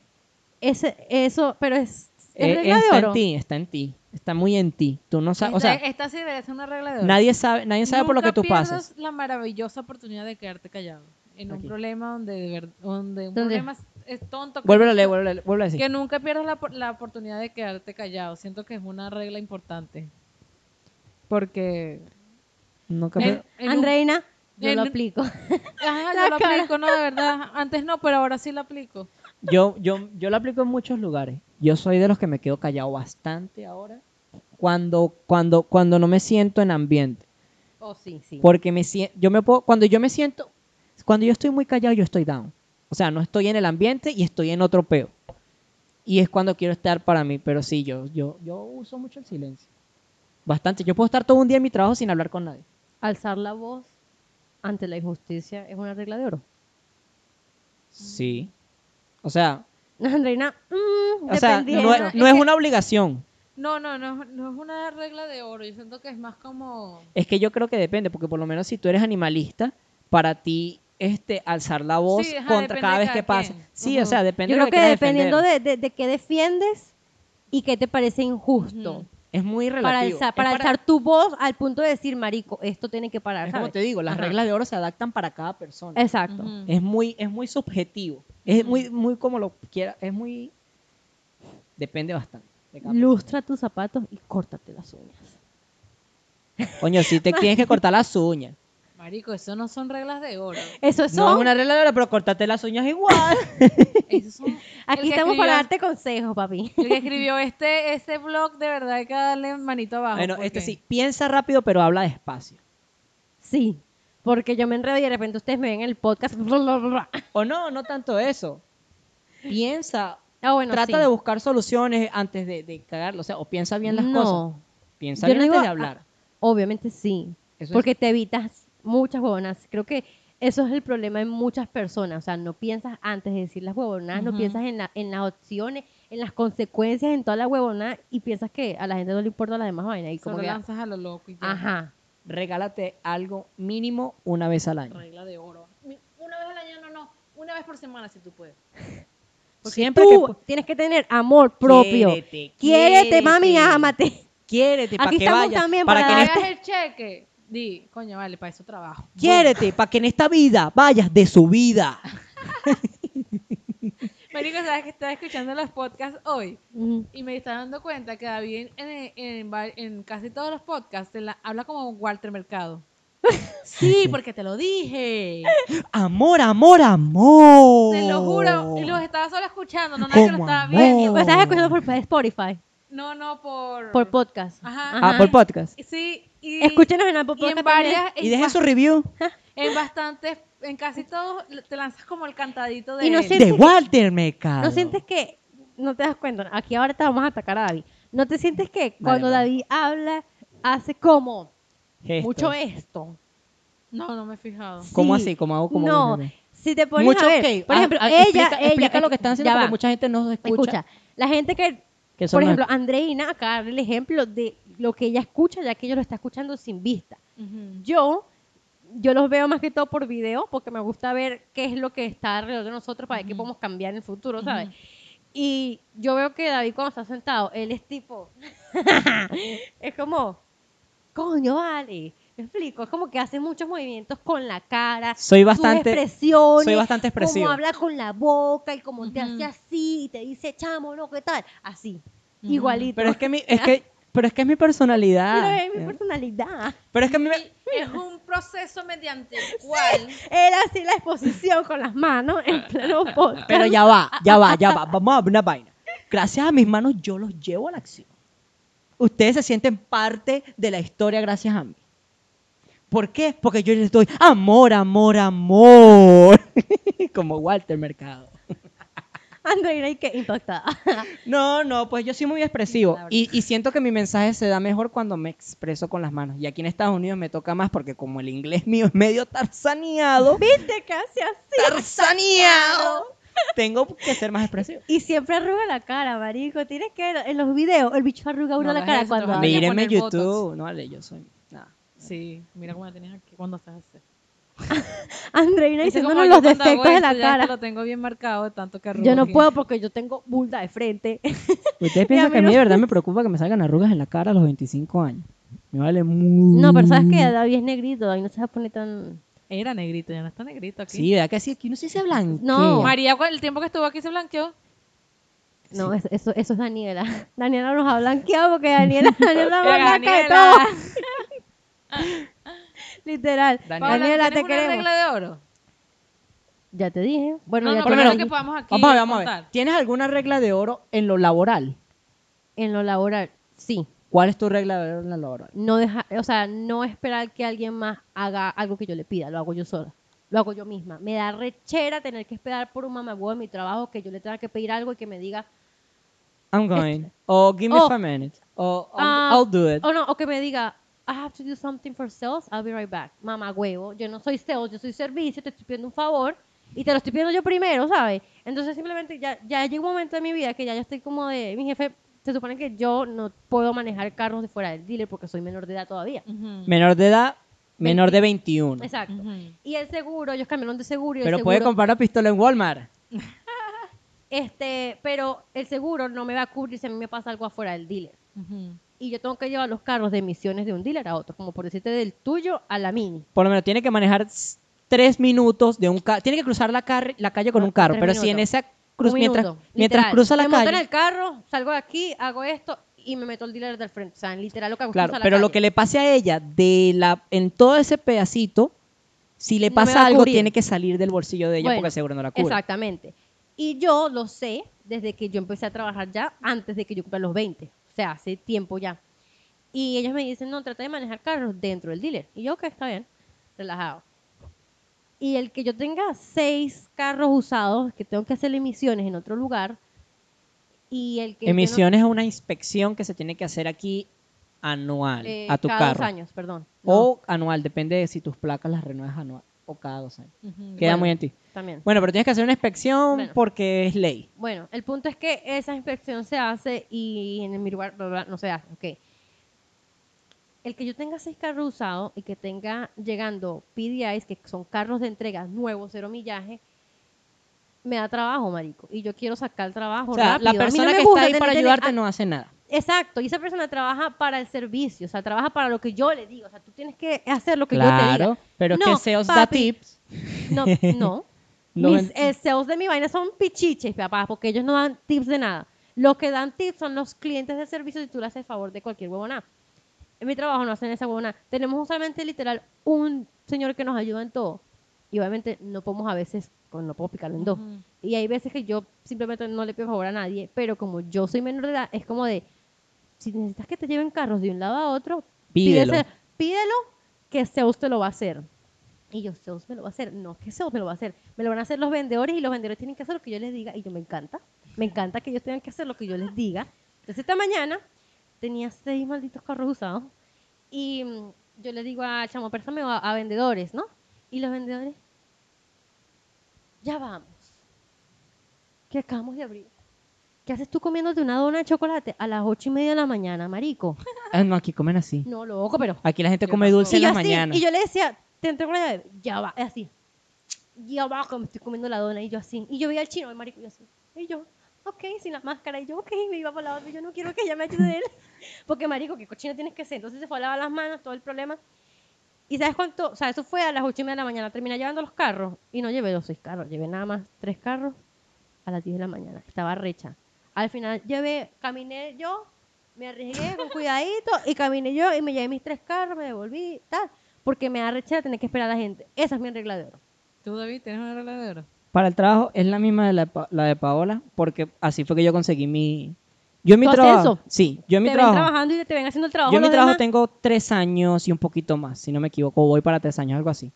Ese, eso, pero es, es
Eh,
regla de
está
oro.
en ti, está en ti. Está muy en ti. Tú no sabes,
Esta,
o sea,
esta sí debería ser una regla de oro.
nadie sabe, nadie sabe por lo que
Nunca
tú
pierdas
pases.
la maravillosa oportunidad de quedarte callado en
Aquí.
un problema donde, de ver- donde un
¿Dónde?
problema es tonto. que-
Vuelve a leer, vuelve a leer, vuelve a decir.
Que nunca pierdas la, por- la oportunidad de quedarte callado. Siento que es una regla importante. Porque.
Nunca
en- en un-
Andreina, yo lo
en-
aplico.
Ajá,
La
yo lo
cara.
aplico, no, de verdad. Antes no, pero ahora sí lo aplico.
Yo, yo, yo lo aplico en muchos lugares. Yo soy de los que me quedo callado bastante ahora cuando, cuando, cuando no me siento en ambiente.
Oh, sí, sí.
Porque me sien- yo me puedo, cuando yo me siento, cuando yo estoy muy callado, yo estoy down. O sea, no estoy en el ambiente y estoy en otro peo. Y es cuando quiero estar para mí. Pero sí, yo, yo, yo uso mucho el silencio. Bastante. Yo puedo estar todo un día en mi trabajo sin hablar con nadie.
Mm.
Alzar la voz ante la injusticia es una regla de oro.
Sí. O sea,
Andreina, mm,
o sea no,
dependiendo.
no es una obligación.
No, no, no, es- no es una regla de oro. Yo siento que es más como.
Es que yo creo que depende, porque por lo menos si tú eres animalista, para ti este alzar la voz
Sí, ajá,
contra
depende
cada
de
vez
cada
que pasa.
quien.
Sí, o
Ujú.
sea,
Yo
depende de
creo
lo
que
que quieras
dependiendo
defender.
de, de- de qué defiendes y qué te parece injusto.
Ujú.
es muy relativo.
Para,
Es
alzar, para alzar tu voz al punto de decir, marico, esto tiene que parar.
es como
¿sabes?
te digo, las
Ajá.
reglas de oro se adaptan para cada persona.
Exacto.
Ujú.
Es muy es muy subjetivo. Es
Ujú.
muy muy como lo quiera, es muy depende bastante. de cada
Lustra tus zapatos y córtate las uñas.
persona. Coño, si te tienes que cortar las uñas.
Marico, eso no son reglas de oro.
Eso es
No es una regla de oro, pero cortarte las uñas igual.
Esos son- el
Aquí
que
estamos para darte
escribió-
consejos, papi.
El que escribió este, este blog, de verdad hay que darle manito abajo.
bueno, este
porque-
sí, piensa rápido, pero habla despacio.
Sí, porque yo me enredo y de repente ustedes me ven en el podcast. Ah,
O no, no tanto eso. Piensa
Ah, bueno,
trata
sí.
de buscar soluciones antes de, de cagarlo. O sea, o piensa bien las cosas.
No,
Piensa
Yo
bien
no
antes
digo-
de hablar.
obviamente sí,
Eso es-
porque te evitas muchas huevonas. Creo que eso es el problema en muchas personas. O sea, no piensas antes de decir las huevonadas, no
Ujú.
piensas en, la- en las opciones, en las consecuencias, en toda la huevonada y piensas que a la gente no le importa las demás vainas. Y como
Solo
que,
lanzas a lo loco y ya.
ajá,
regálate algo mínimo una vez al año.
Regla de oro. Mi- Una vez al año, no, no. Una vez por semana, si tú puedes.
Porque Siempre
tú
que pu-
tienes que tener amor propio.
Quiérete,
Quiérete, mami,
quiérete.
ámate.
Quiérete para
Aquí
que
estamos
vayas,
también
para,
para
que en
dar-
esta,
Pagas el cheque. Di, coño, vale, para eso trabajo.
quiérete, para que en esta vida vayas de su vida.
Marico, sabes que estaba escuchando los podcasts hoy
Mm.
y me estaba dando cuenta que David en, en, en va- en casi todos los podcasts se la- habla como Walter Mercado. Sí, porque te lo dije.
Amor, amor, amor.
Te lo juro. Y los estaba solo escuchando, no nada que lo
Como
estaba
amor.
viendo.
Pues, estás escuchando por Spotify,
No, no, por.
por podcast.
Ajá.
Ah, por podcast.
Sí, y.
Escúchenos en Apple
y
Podcast
en
también.
varias.
Y
en
dejen
bas-
su review
En bastantes. En casi todos te lanzas como el cantadito de.
Y no
él.
sientes
de
que-
Walter Mercado.
¿No sientes que, no te das cuenta, aquí ahora te vamos a atacar a David, ¿no te sientes que cuando
vale.
David habla, hace como
Gestos.
mucho esto?
No, no me he fijado.
¿Cómo
Sí.
así? ¿Cómo hago? ¿Cómo
no,
hago?
si te pones
Mucho
a ver,
ok.
por
Ah,
ejemplo,
ah,
ella,
explica,
ella,
explica lo que están haciendo
ya
porque
va,
mucha gente no nos escucha.
escucha, la gente que,
que son
por ejemplo,
nuestros-
Andreina, acá darle el ejemplo de lo que ella escucha, ya que ella lo está escuchando sin vista. Yo yo los veo más que todo por video porque me gusta ver qué es lo que está alrededor de nosotros para ver qué
Ujú.
podemos cambiar en el futuro, ¿sabes?
Ujú.
Y yo veo que David cuando está sentado, él es tipo, es como, coño, vale, me explico, es como que hace muchos movimientos con la cara,
Soy
sus
bastante,
expresiones,
soy bastante
como
expresivo.
habla con la boca y como te hace
Ujú.
así y te dice, chamo, no, ¿qué tal? Así,
Ujú.
igualito.
Pero es que ah, mi, es que, pero es que es mi personalidad. Eh,
Pero es mi personalidad.
Pero es que a mí me-
Es un proceso mediante el cual
Era así la exposición con las manos en pleno podcast.
Pero ya va, ya va, ya va. Vamos a ver una vaina. Gracias a mis manos yo los llevo a la acción. Ustedes se sienten parte de la historia gracias a mí. ¿Por qué? Porque yo les doy amor, amor, amor. Como Walter Mercado.
Andreina y que impactada.
No, no, pues yo soy muy expresivo.
La verdad.
Y, y siento que mi mensaje se da mejor cuando me expreso con las manos. Y aquí en Estados Unidos me toca más porque como el inglés mío es medio tarzaneado,
Viste que hace así.
tarzaneado, tengo que ser más expresivo.
Y siempre arruga la cara, marico. Tienes que ver en los videos, el bicho arruga uno
No
la
hagas
cara
eso,
cuando
te vas a
habla.
Mira.
Mírenme
poner
YouTube.
Botox.
No, vale, yo soy... nada.
Sí, mira cómo la tienes aquí cuando estás así.
Andreina
Dice, como
diciéndonos
yo
los
cuando hago
defectos de la
esto, ya
cara.
Lo tengo bien marcado de tanto que
Yo no
arrugué.
puedo porque yo tengo bulda de frente.
Ustedes
Y a
piensan
mí
que a mí
no-
de verdad me preocupa que me salgan arrugas en la cara a los 25 años. Me vale muy.
No, pero sabes que
Mm.
David es negrito, David no se va a poner tan.
Era negrito, ya no está negrito aquí.
Sí, ¿verdad que sí? Aquí no sé si se blanquea.
No.
María, ¿cuál- el tiempo que estuvo aquí se blanqueó.
No, eso, eso, eso es Daniela. Daniela nos ha blanqueado porque Daniela, Daniela
Era
más blanca de
Eh, Daniela.
todo. Literal.
Daniela.
Paola,
Daniela,
¿tienes
te
una
queremos.
regla de oro?
Ya te dije. Bueno,
No,
ya te
no,
por lo
lo
pero
menos-
que
dije.
podamos aquí
Vamos a ver, vamos a ver.
contar.
¿Tienes alguna regla de oro en lo laboral?
En lo laboral, sí.
¿Cuál es tu regla de oro en lo laboral?
No deja, o sea, no esperar que alguien más haga algo que yo le pida, lo hago yo sola. Lo hago yo misma. Me da rechera tener que esperar por un mamagüey en mi trabajo que yo le tenga que pedir algo y que me diga,
I'm going. O give me
Este Oh.
five minutes. O I'll,
Ah.
I'll do it.
o no, o que me diga, I have to do something for sales, I'll be right back. Mamá huevo, yo no soy sales, yo soy servicio, te estoy pidiendo un favor y te lo estoy pidiendo yo primero, ¿sabes? Entonces simplemente ya, ya llega un momento de mi vida que ya yo estoy como de, mi jefe, se supone que yo no puedo manejar carros de fuera del dealer porque soy menor de edad todavía.
Ujú.
Menor de edad, menor de 21.
Exacto.
Ujú.
Y el seguro, ellos cambiaron de seguro y el
Mm. Pero
seguro,
puede comprar una pistola en Walmart.
este, pero el seguro no me va a cubrir si a mí me pasa algo afuera del dealer.
Ujú.
Y yo tengo que llevar los carros de emisiones de un dealer a otro, como por decirte del tuyo a la mini.
Por lo menos tiene que manejar s- tres minutos de un carro. Tiene que cruzar la, car- la calle con
No,
un carro.
Ah, tres
Pero si en
minutos.
esa cruz,
Un
mientras,
minuto,
mientras
literal.
cruza la
me
calle.
monto en el carro, salgo de aquí, hago esto y me meto al dealer del frente. O sea, literal lo que hago es
Claro,
cruzar la
pero lo
calle.
que le pase a ella de la en todo ese pedacito, si le
No me
pasa
va a
algo,
cubrir.
tiene que salir del bolsillo de ella
Bueno,
porque seguro no la cubre.
Exactamente. Y yo lo sé desde que yo empecé a trabajar ya, antes de que yo cumpla los 20. O sea, hace tiempo ya. Y ellos me dicen, no, trata de manejar carros dentro del dealer. Y yo, ok, está bien, relajado. Y el que yo tenga seis carros usados, que tengo que hacer emisiones en otro lugar, y el que... yo no-
Emisiones es una inspección que se tiene que hacer aquí anual
eh,
a tu
cada
carro.
dos años, perdón. No,
O anual, depende de si tus placas las renuevas anual o cada dos años.
Ujú.
Queda
Bueno.
muy en ti.
también.
Bueno, pero tienes que hacer una inspección
Bueno.
porque es ley.
Bueno, el punto es que esa inspección se hace y en mi lugar bla, bla, no se hace. ok. El que yo tenga seis carros usados y que tenga llegando PDIs, que son carros de entrega nuevos, cero millaje, me da trabajo, marico. Y yo quiero sacar el trabajo
O sea,
rápido.
la
A mí no
persona
me
que
gusta
está ahí
tener-
para
tener-
ayudarte
ah,
no hace nada.
Exacto, y esa persona trabaja para el servicio, o sea, trabaja para lo que yo le digo. O sea, tú tienes que hacer lo que yo te diga.
Claro, pero es
No,
que Seos da
papi,
tips.
No, no.
Los
Mis
en-
eh, sales de mi vaina son pichiches, papá, porque ellos no dan tips de nada. Los que dan tips son los clientes de servicio y tú le haces favor de cualquier huevona. En mi trabajo no hacen esa huevona. Tenemos solamente literal un señor que nos ayuda en todo. Y obviamente no podemos a veces, con- no puedo picarlo en dos.
Ujú.
Y hay veces que yo simplemente no le pido favor a nadie, pero como yo soy menor de edad, es como de, si necesitas que te lleven carros de un lado a otro,
Pídelo.
pídese- pídelo que Zeus te lo va a hacer. Y yo, Zeus me lo va a hacer. No, que Zeus me lo va a hacer. Me lo van a hacer los vendedores y los vendedores tienen que hacer lo que yo les diga. Y yo me encanta. Me encanta que ellos tengan que hacer lo que yo les diga. Entonces esta mañana tenía seis malditos carros usados y mm, yo le digo a chamo, préstame a, a vendedores, ¿no? Y los vendedores, ya vamos. Que acabamos de abrir. ¿Qué haces tú comiéndote una dona de chocolate a las ocho y media de la mañana, marico?
Ah, no, aquí comen así.
No, loco, pero
Aquí la gente
Yo
come
tampoco.
dulce
y
en
yo
las
así,
mañanas.
Y yo le decía, te entrego una llave, ya va, es así. Ya va, que me estoy comiendo la dona y yo así. Y yo veía al chino, el marico, y yo así. Y yo, ok, sin la máscara. Y yo, ok, me iba por la otra. y Yo no quiero que ella me ayude él. Porque, marico, qué cochina tienes que ser. Entonces se fue a lavar las manos, todo el problema. ¿Y sabes cuánto? O sea, eso fue a las 8 y media de la mañana. Terminé llevando los carros. Y no llevé los seis carros. Llevé nada más tres carros a las 10 de la mañana. Estaba recha. Al final llevé, caminé yo, me arriesgué con cuidadito y caminé yo y me llevé mis tres carros, me devolví tal. Porque me da rechera tener que esperar a la gente. Esa es mi regla de oro.
¿Tú, David, tienes una regla de oro?
Para el trabajo es la misma de la, de Pa- la de Paola, porque así fue que yo conseguí mi... Yo en mi
¿Tu
trabajo...
ascenso?
Sí, yo en mi
te ven
trabajo...
trabajando y te ven haciendo el trabajo.
Yo en mi
los
trabajo
demás.
tengo tres años y un poquito más, si no me equivoco, voy para tres años, algo así.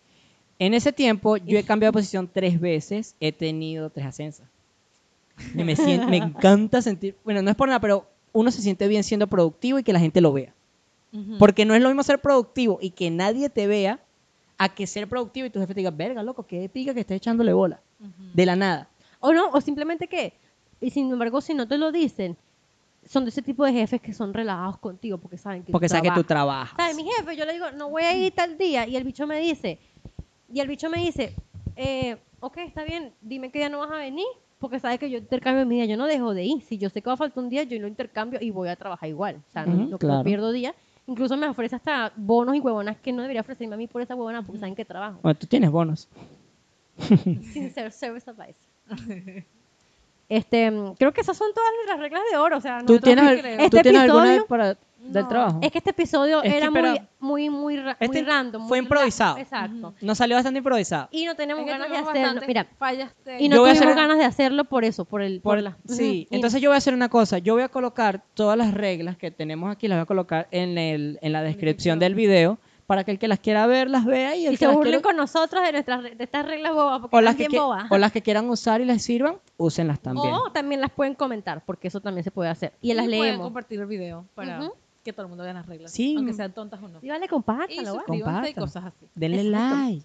En ese tiempo yo he cambiado de posición tres veces, he tenido tres ascensos. Y me, sien- me encanta sentir, bueno, no es por nada, pero uno se siente bien siendo productivo y que la gente lo vea.
Ujú.
Porque no es lo mismo ser productivo y que nadie te vea a que ser productivo y tu jefe te diga, verga, loco, qué pica que estás echándole bola.
Ujú.
De la nada.
O no, o simplemente que, y sin embargo, si no te lo dicen, son de ese tipo de jefes que son relajados contigo porque saben que
Porque sabes que tú trabajas.
trabajas. ¿Sabes? Mi jefe, yo le digo, no voy a ir tal día, y el bicho me dice, y el bicho me dice, eh, ok, está bien, dime qué día no vas a venir, porque sabes que yo intercambio mi día, yo no dejo de ir, si yo sé que va a faltar un día, yo lo intercambio y voy a trabajar igual, o sea, no-
Ujú,
no, no
claro.
pierdo día, incluso me ofrece hasta bonos y huevonas que no debería ofrecerme a mí por esa huevona porque saben que trabajo,
Bueno, tú tienes bonos.
sin ser service advisor. Este, mm, creo que esas son todas las reglas de oro, o sea,
¿Tú
nosotros-
tienes,
no creo.
¿tú
Este
tienes alguna
episodio-
vez para, del
No.
trabajo?
es que este episodio
Es que
era muy,
espera-
muy, muy, ra-
Este
muy random.
fue
muy
improvisado.
ra- Exacto.
Nos salió bastante improvisado.
Y no tenemos
Es que
ganas de
tuvimos
hacerlo.
bastantes
Mira,
fallas de-
y no
Yo voy a
tuvimos
hacer-
ganas de hacerlo por eso, por el, por,
Por-
la.
sí,
Ujú. Y-
entonces yo voy a hacer una cosa. Yo voy a colocar todas las reglas que tenemos aquí, las voy a colocar en, el, en la descripción del video para que el que las quiera ver, las vea y
y,
el que
se
las
burlen
quiera-
con nosotros de nuestras re- de estas reglas bobas, porque
o las,
están
que,
bien Oh,
que-
bobas.
o las que quieran usar y les sirvan, úsenlas también.
O también las pueden comentar, porque eso también se puede hacer. Y las
pueden
leemos.
compartir el video para
Ujú.
que todo el mundo vea las reglas.
Sí.
Aunque sean tontas o no.
Y vale,
Y
compártanlo, va.
con-
suscríbanse y
Compartan.
cosas así.
Denle
Exacto.
like.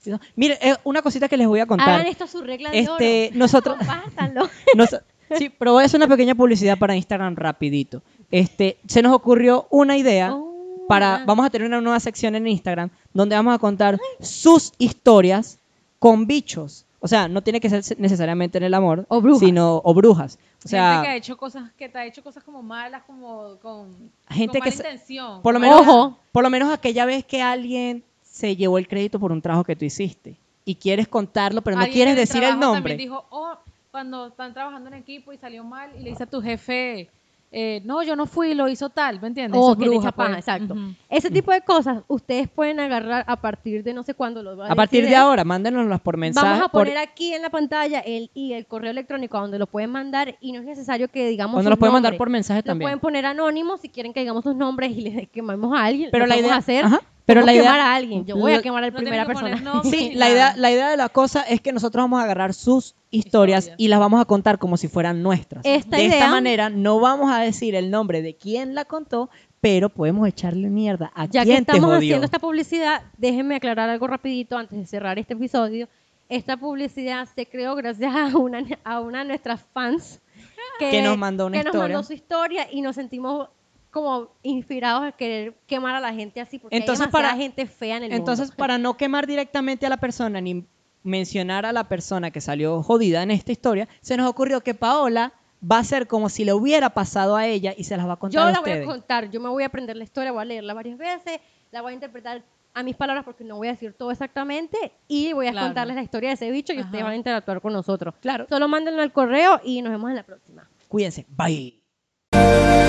Si no- Mire, eh, una cosita que les voy a
Hagan
contar.
esto su regla de
Este,
oro.
nosotros,
Compártanlo.
Nos- sí, pero voy a hacer una pequeña publicidad para Instagram rapidito. Este, se nos ocurrió una idea
Oh,
para,
ah.
vamos a tener una nueva sección en Instagram donde vamos a contar sus historias con bichos. O sea, no tiene que ser necesariamente en el amor,
O brujas.
sino o brujas. O sea,
gente que ha hecho cosas, que te ha hecho cosas como malas, como con,
Gente
con
que
mala
se-
intención.
por lo
como-
menos,
Ojo.
por lo menos aquella vez que alguien se llevó el crédito por un trabajo que tú hiciste y quieres contarlo, pero no
Alguien
quieres
en el
decir el
trabajo
nombre.
También dijo, oh, cuando están trabajando en equipo y salió mal y le dice a tu jefe, eh, no, yo no fui, lo hizo tal, ¿me entiendes?
Oh,
Eso
que le
bruja,
echa paja,
pues.
exacto.
Ujú.
Mm.
Ese tipo de cosas ustedes pueden agarrar a partir de no sé cuándo. Lo va
A partir
decir
de
él.
ahora, mándenoslas por mensaje.
Vamos a
por-
poner aquí en la pantalla el y el correo electrónico a donde lo pueden mandar y no es necesario que digamos
o nos
sus
los pueden mandar
nombres.
por mensaje
Lo
también.
pueden poner anónimo si quieren que digamos sus nombres y les quemamos a alguien.
pero
Lo
la
podemos
idea
hacer.
ajá, pero la
Podemos
idea
quemar a alguien. Yo voy a
la-
quemar a la
no
primera
tienen que poner
persona.
nombre
sí
ni
la
nada.
idea la idea de la cosa es que nosotros vamos a agarrar sus historias
Historias.
y las vamos a contar como si fueran nuestras
Esta
de esta
idea-
manera no vamos a decir el nombre de quién la contó pero podemos echarle mierda a
Ya que
quién te
estamos
jodió
haciendo esta publicidad, déjenme aclarar algo rapidito antes de cerrar este episodio. Esta publicidad se creó gracias a una, a una de nuestras fans
Que nos mandó una
que nos
historia.
mandó su historia y nos sentimos como inspirados a querer quemar a la gente así porque
Entonces,
hay demasiada
para-
gente fea en el
entonces
mundo. pues.
para no quemar directamente a la persona ni mencionar a la persona que salió jodida en esta historia se nos ocurrió que Paola va a ser como si le hubiera pasado a ella y se las va a contar
Yo
a
la voy a
ustedes.
contar, yo me voy a aprender la historia, voy a leerla varias veces, la voy a interpretar a mis palabras porque no voy a decir todo exactamente y voy a
Claro.
contarles la historia de ese bicho y ustedes
Ajá.
van a interactuar con nosotros.
Claro.
Solo mándenlo al correo y nos vemos en la próxima.
Cuídense. Bye.